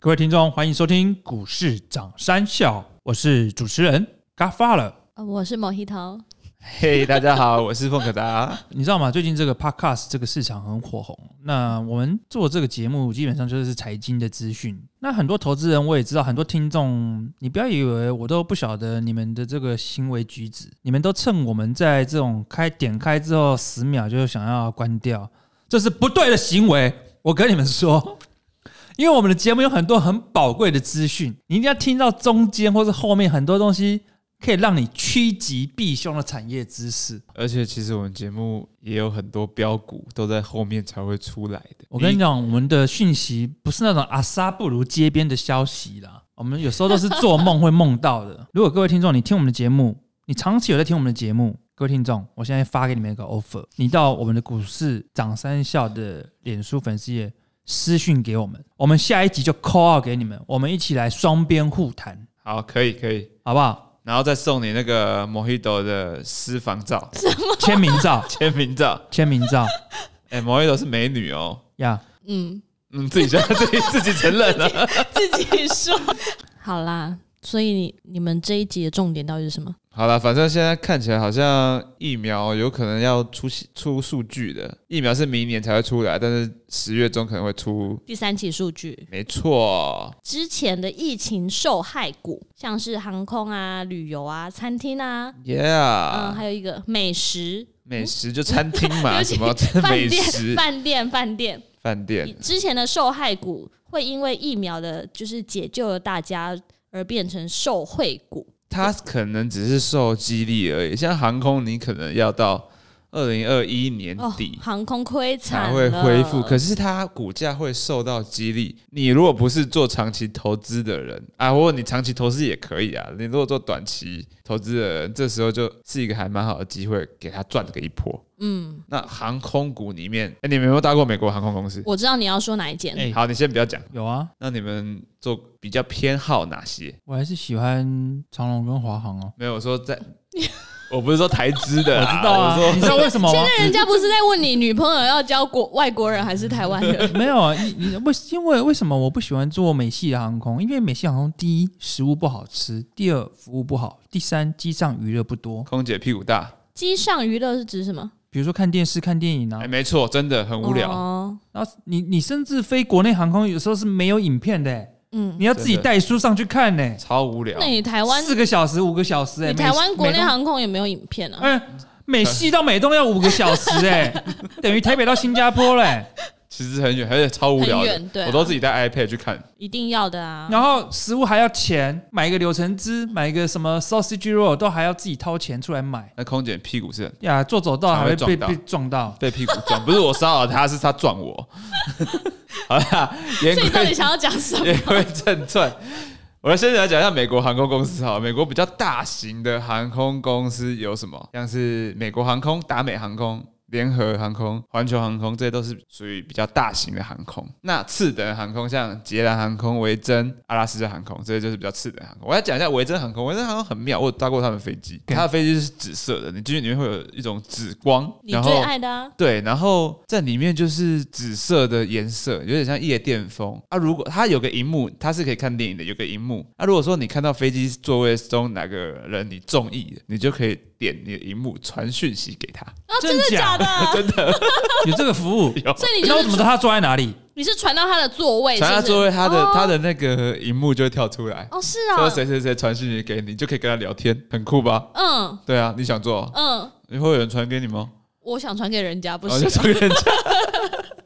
各位听众，欢迎收听股市涨三笑，我是主持人嘎发了。呃，我是某一头，嘿、大家好，我是凤可达。你知道吗？最近这个 podcast 这个市场很火红。那我们做这个节目，基本上就是财经的资讯。那很多投资人我也知道，很多听众，你不要以为我都不晓得你们的这个行为举止，你们都趁我们在这种开点开之后十秒就想要关掉，这是不对的行为。我跟你们说。因为我们的节目有很多很宝贵的资讯，你一定要听到中间或是后面很多东西，可以让你趋吉避凶的产业知识。而且其实我们节目也有很多标股都在后面才会出来的。我跟你讲，我们的讯息不是那种阿萨布鲁街边的消息啦，我们有时候都是做梦会梦到的。 如果各位听众，你听我们的节目，你长期有在听我们的节目，各位听众，我现在发给你们一个 offer，你到我们的股市涨三笑的脸书粉丝页私讯给我们，我们下一集就 call out 给你们，我们一起来双边互谈，好，可以可以，好不好？然后再送你那个 Mojito 的私房 照、，签名照 签名照。签名照哎、m o j i t o 是美女哦，呀嗯，嗯，自己说 自己自己承认啊了。 自己说。 好啦，所以你你们这一集的重点到底是什么？好了，反正现在看起来好像疫苗有可能要出出数据的，疫苗是明年才会出来，但是十月中可能会出。第三期数据，没错，之前的疫情受害股，像是航空啊、旅游啊、餐厅啊，嗯， yeah，、还有一个美食、美食就餐厅嘛， 尤其啊什么饭美店、食饭店、饭店。饭店，之前的受害股会因为疫苗的，就是解救了大家，而变成受惠股。它可能只是受激励而已。像航空，你可能要到二零二一年哦底，航空亏惨才会恢复，了可是它股价会受到激励。你如果不是做长期投资的人啊，或者你长期投资也可以啊，你如果做短期投资的人，这时候就是一个还蛮好的机会，给它赚个一波。嗯，那航空股里面，哎、你们有没有搭过美国航空公司？我知道你要说哪一件。哎好，你先不要讲。有啊，那你们做比较偏好哪些？我还是喜欢长隆跟华航哦。没有我说在， 我不是说台资的我啦，知道啊我说，你知道为什么吗？人家不是在问你女朋友要交国外国人还是台湾人？嗯没有啊，你你为因为为什么我不喜欢坐美系的航空？因为美系航空第一食物不好吃，第二服务不好，第三机上娱乐不多，空姐屁股大， 机上娱乐是指什么？比如说看电视、看电影啊哎、。没错，真的很无聊。哦、然后你你甚至飞国内航空，有时候是没有影片的、欸嗯，你要自己带书上去看呢、欸超无聊那，你台湾，四个小时、五个小时、欸，你台湾国内航空也没有影片啊？哎。美西到美东要五个小时 哎、等于台北到新加坡嘞、其实很远，而且超无聊很的远。对啊我都自己带 iPad 去看。一定要的啊！然后食物还要钱，买一个柳橙汁，买一个什么 sausage roll 都还要自己掏钱出来买。那空姐屁股是很呀，做走道还会常被会撞到被撞到。被屁股撞，不是我骚扰她，是她撞我。 好啦，言所以你到底归想要讲什 么？言归正传，我先来讲一下美国航空公司哈。美国比较大型的航空公司有什么？像是美国航空、达美航空。联合航空、环球航空，这些都是属于比较大型的航空。那次等的航空，像捷兰航空、维珍、阿拉斯加航空，这些就是比较次等的航空。我要讲一下维珍航空，维珍航空很妙，我有搭过他们飞机，它的飞机是紫色的，你进去里面会有一种紫光，你然后最爱的啊？对，然后在里面就是紫色的颜色，有点像夜店风啊。如果它有个荧幕，它是可以看电影的，有个荧幕。啊，如果说你看到飞机座位中哪个人你中意了，你就可以点你的荧幕传讯息给他。 啊，真的真假假的？真的，有这个服务？所以那你就我怎是么知道他坐在哪里？你是传到他的座位，传他是不是座位，他的、哦他的那个荧幕就会跳出来，哦，是说啊，谁谁谁传讯息给你，你就可以跟他聊天，很酷吧？嗯对啊，你想做哦，嗯，会有人传给你吗？我想传给人家，不然后哦就是传给人家。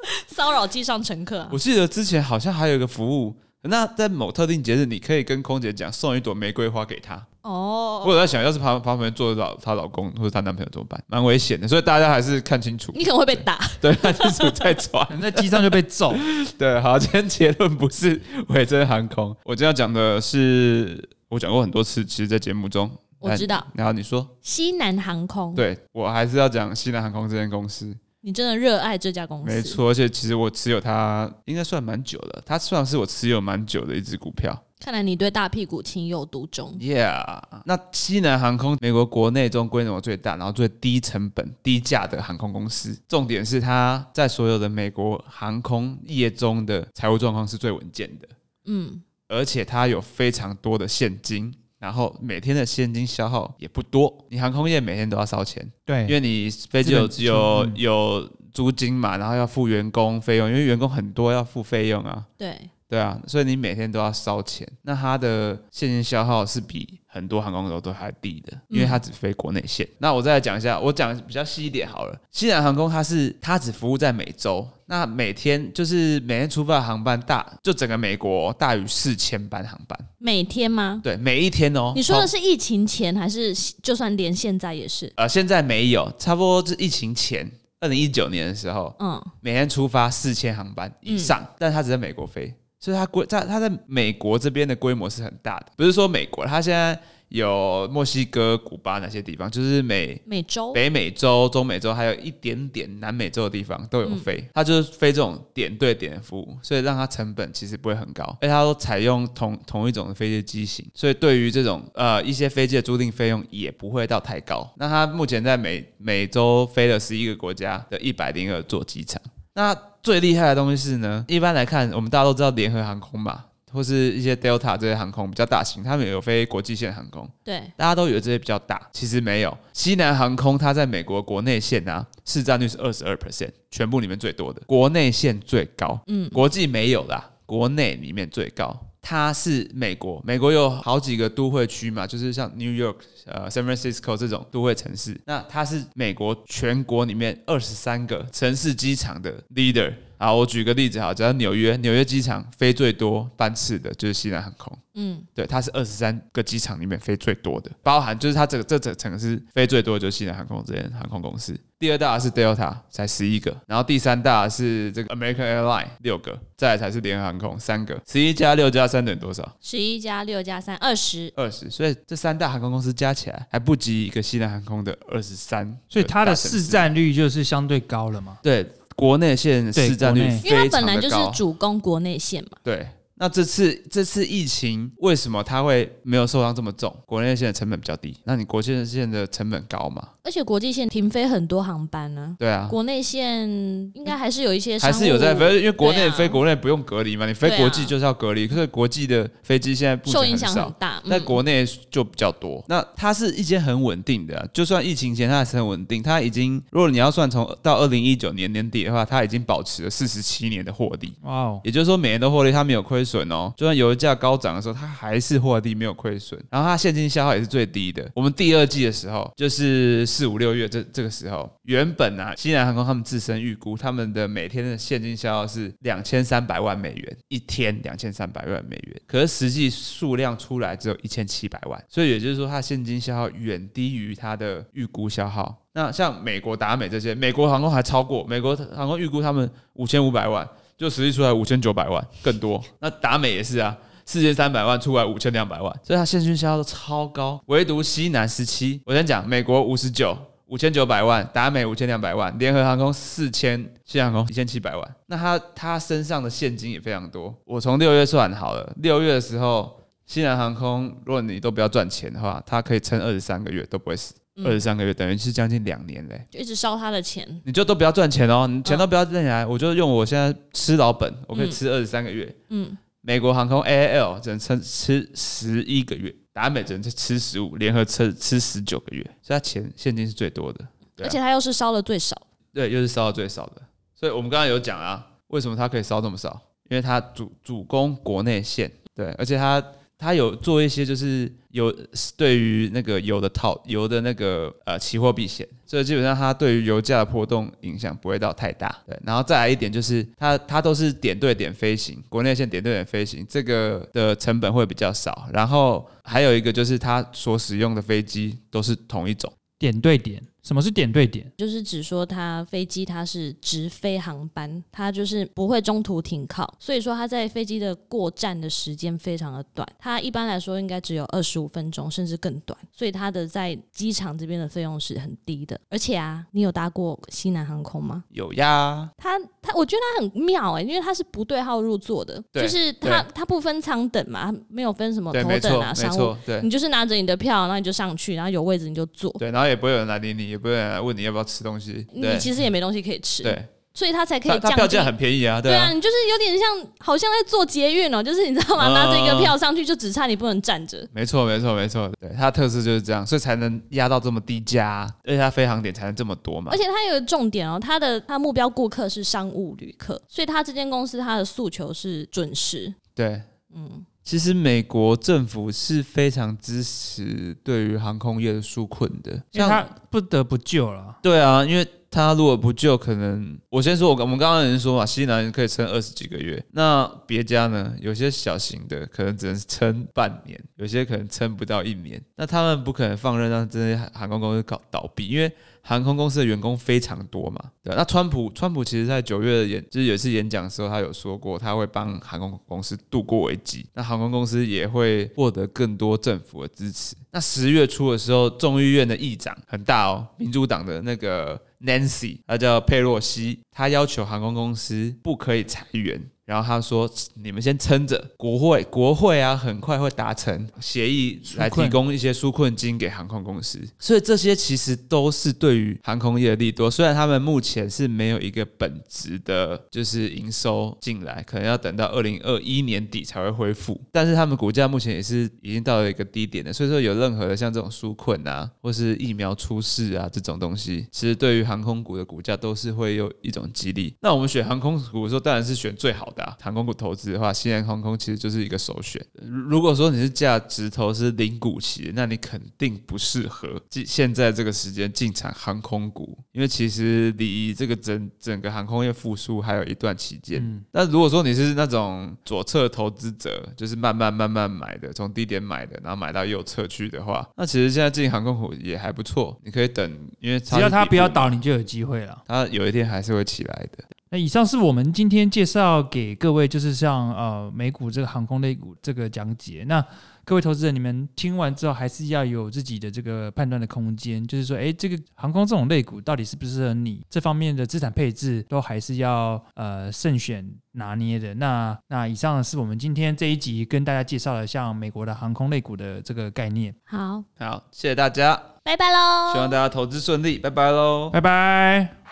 骚扰机上乘客啊我记得之前好像还有一个服务，那在某特定节日，你可以跟空姐讲送一朵玫瑰花给她。哦。我有在想，要是旁旁边坐着老她老公或者她男朋友怎么办？蛮危险的，所以大家还是看清楚，你可能会被打，对，看清楚再传。 可能在机上就被揍。对，好，今天结论不是维珍航空，我今天要讲的是，我讲过很多次，其实，在节目中。我知道。嗯然后你说，西南航空，对我还是要讲西南航空这间公司，你真的热爱这家公司，没错，而且其实我持有它应该算蛮久了，它算是我持有蛮久的一只股票。看来你对大屁股情有独钟。 Yeah，那西南航空，美国国内中规模最大，然后最低成本、低价的航空公司。重点是它在所有的美国航空业中的财务状况是最稳健的。嗯，而且它有非常多的现金，然后每天的现金消耗也不多。你航空业每天都要烧钱，对，因为你飞机有资只本有嗯有租金嘛，然后要付员工费用，因为员工很多要付费用啊，对，对啊，所以你每天都要烧钱。那它的现金消耗是比很多航空公司都还低的，嗯因为它只飞国内线。那我再来讲一下，我讲比较细一点好了。西南航空它是它只服务在美洲，那每天就是每天出发的航班大，就整个美国大于四千班航班，每天吗？对，每一天哦。你说的从是疫情前还是就算连现在也是？呃，现在没有，差不多是疫情前，二零一九年的时候，嗯，每天出发四千航班以上，但它只在美国飞，所以它规在它在美国这边的规模是很大的。不是说美国，它现在有墨西哥、古巴那些地方，就是美每周北美洲、中美洲，还有一点点南美洲的地方都有飞。它就是飞这种点对点的服务，所以让它成本其实不会很高，而且它都采用同同一种的飞机机型，所以对于这种呃一些飞机的租赁费用也不会到太高。那它目前在美美洲飞了十一个国家的一百零二座机场。那最厉害的东西是呢，一般来看，我们大家都知道联合航空嘛，或是一些 Delta 这些航空比较大型，他们也有飞国际线航空。对，大家都以为这些比较大，其实没有。西南航空它在美国国内线啊，市占率是二十二 percent，全部里面最多的，国内线最高，嗯国际没有啦，国内里面最高。它是美国，美国有好几个都会区嘛，就是像 New York、呃 San Francisco 这种都会城市。那它是美国全国里面二十三个城市机场的 leader。啊，我举个例子哈，假如纽约，纽约机场飞最多班次的就是西南航空。嗯，对，它是二十三个机场里面飞最多的，包含就是它这个这整城市飞最多的就是西南航空这间航空公司，第二大的是 Delta 才十一个，然后第三大的是这个 American Airline 六个，再来才是联合航空三个，十一加六加三等于多少？十一加六加三，二十。二十，所以这三大航空公司加起来还不及一个西南航空的二十三，所以它的市占率就是相对高了嘛。对国内线对市占率国内非常的高，因为它本来就是主攻国内线嘛，对，那这次这次疫情为什么它会没有受伤这么重？国内线的成本比较低，那你国际线的成本高嘛？而且国际线停飞很多航班呢、对啊，国内线应该还是有一些商还务，是有在飞，因为国内对啊飞国内不用隔离嘛，你飞对啊国际就是要隔离，可是国际的飞机现在目前受很影响少很。大。在嗯国内就比较多。那它是一间很稳定的啊、就算疫情前它还是很稳定。它已经，如果你要算从到二零一九年年底的话，它已经保持了四十七年的获利。哇哦，也就是说，每年都获利，它没有亏损哦。就算油价高涨的时候，它还是获利没有亏损。然后它现金消耗也是最低的。我们第二季的时候，就是四五六月这这个时候，原本啊，西南航空他们自身预估，他们的每天的现金消耗是两千三百万美元，一天两千三百万美元。可是实际数量出来只有一千七百万，所以也就是说，它现金消耗远低于它的预估消耗。那像美国达美这些，美国航空还超过美国航空预估他们五千五百万。就实际出来五千九百万更多。 那达美也是啊，四千三百万出来五千两百万，所以它现金消耗都超高。唯独西南十七，我先讲美国五十九。五千九百万，达美五千两百万，联合航空四千，西南航空一千七百万。那他他身上的现金也非常多。我从六月算好了，六月的时候，西南航空，如果你都不要赚钱的话，它可以撑二十三个月都不会死。嗯二十三个月等于是将近两年嘞。就一直烧他的钱，你就都不要赚钱哦，你钱都不要挣起来，我就用我现在吃老本，我可以吃二十三个月。嗯，美国航空 AAL 只能撑吃十一个月，达美只能吃十五，联合吃吃十九个月，所以它钱现金是最多的，对而啊且他又是烧的最少，对，又是烧的最少的。所以我们刚刚有讲啊，为什么它可以烧这么少？因为它主主攻国内线，对，而且它它有做一些就是有对于那个油的套油的那个呃期货避险，所以基本上它对于油价的波动影响不会到太大。对，然后再来一点就是它它都是点对点飞行，国内线点对点飞行，这个的成本会比较少。然后还有一个就是它所使用的飞机都是同一种。点对点，什么是点对点？就是只说他飞机它是直飞航班，它就是不会中途停靠，所以说它在飞机的过站的时间非常的短，它一般来说应该只有二十五分钟，甚至更短，所以它的在机场这边的费用是很低的。而且啊，你有搭过西南航空吗？有呀，它它，我觉得它很妙哎、因为它是不对号入座的，对就是它它不分舱等嘛，它没有分什么对，头没等错，啊、没商务错，对。你就是拿着你的票，然后你就上去，然后有位置你就坐，对，然后也不会有人来理你，也不会有人来问你要不要吃东西。你对其实也没东西可以吃。对，所以它才可它以它降票低价。很便宜啊，对啊啊，，你就是有点像，好像在做捷运哦、 就是你知道吗？嗯拿着一个票上去，就只差你不能站着。没错，没错，没错，对，它的特色就是这样，所以才能压到这么低价啊，而且它飞航点才能这么多嘛而。且它有个重点哦，它的它目标顾客是商务旅客，所以它这间公司它的诉求是准时。对，嗯，其实美国政府是非常支持对于航空业的纾困的，因为他不得不救了。对啊，因为他如果不救，可能我先说，我我们刚刚有人说嘛，西南人可以撑二十几个月，那别家呢，有些小型的可能只能撑半年，有些可能撑不到一年，那他们不可能放任让这些航空公司搞倒闭，因为航空公司的员工非常多嘛，对吧、那川普，川普其实在九月的演，就是有一次演讲的时候，他有说过他会帮航空公司度过危机，那航空公司也会获得更多政府的支持。那十月初的时候，众议院的议长很大哦，民主党的那个 Nancy，她叫佩洛西，她要求航空公司不可以裁员。然后她说：“你们先撑着，国会国会啊，很快会达成协议来纾提困供一些纾困金给航空公司，所以这些其实都是对于航空业的利多。虽然他们目前是没有一个本质的，就是营收进来，可能要等到二零二一年底才会恢复，但是他们股价目前也是已经到了一个低点的。所以说，有任何的像这种纾困啊，或是疫苗出事啊这种东西，其实对于航空股的股价都是会有一种激励。那我们选航空股的时候，当然是选最好的、啊、航空股投资的话，西南航空其实就是一个首选。如果说你是价值投是零股期，那你肯定不适合即现在这个时间进场航空股，因为其实离这个整整个航空业复苏还有一段期间。嗯，那如果说你是那种左侧投资者，就是慢慢慢慢买的，从低点买的，然后买到右侧去的话，那其实现在进航空股也还不错，你可以等，因为只要它它是不底部要嘛，倒，你就有机会了。它有一天还是会起来的。那以上是我们今天介绍给各位，就是像呃美股这个航空类股这个讲解。那各位投资人，你们听完之后还是要有自己的这个判断的空间，就是说，诶，这个航空这种类股到底适不适合你？这方面的资产配置都还是要呃慎选拿捏的。那那以上是我们今天这一集跟大家介绍了像美国的航空类股的这个概念。好，好，谢谢大家，拜拜喽，希望大家投资顺利，拜拜喽。拜拜。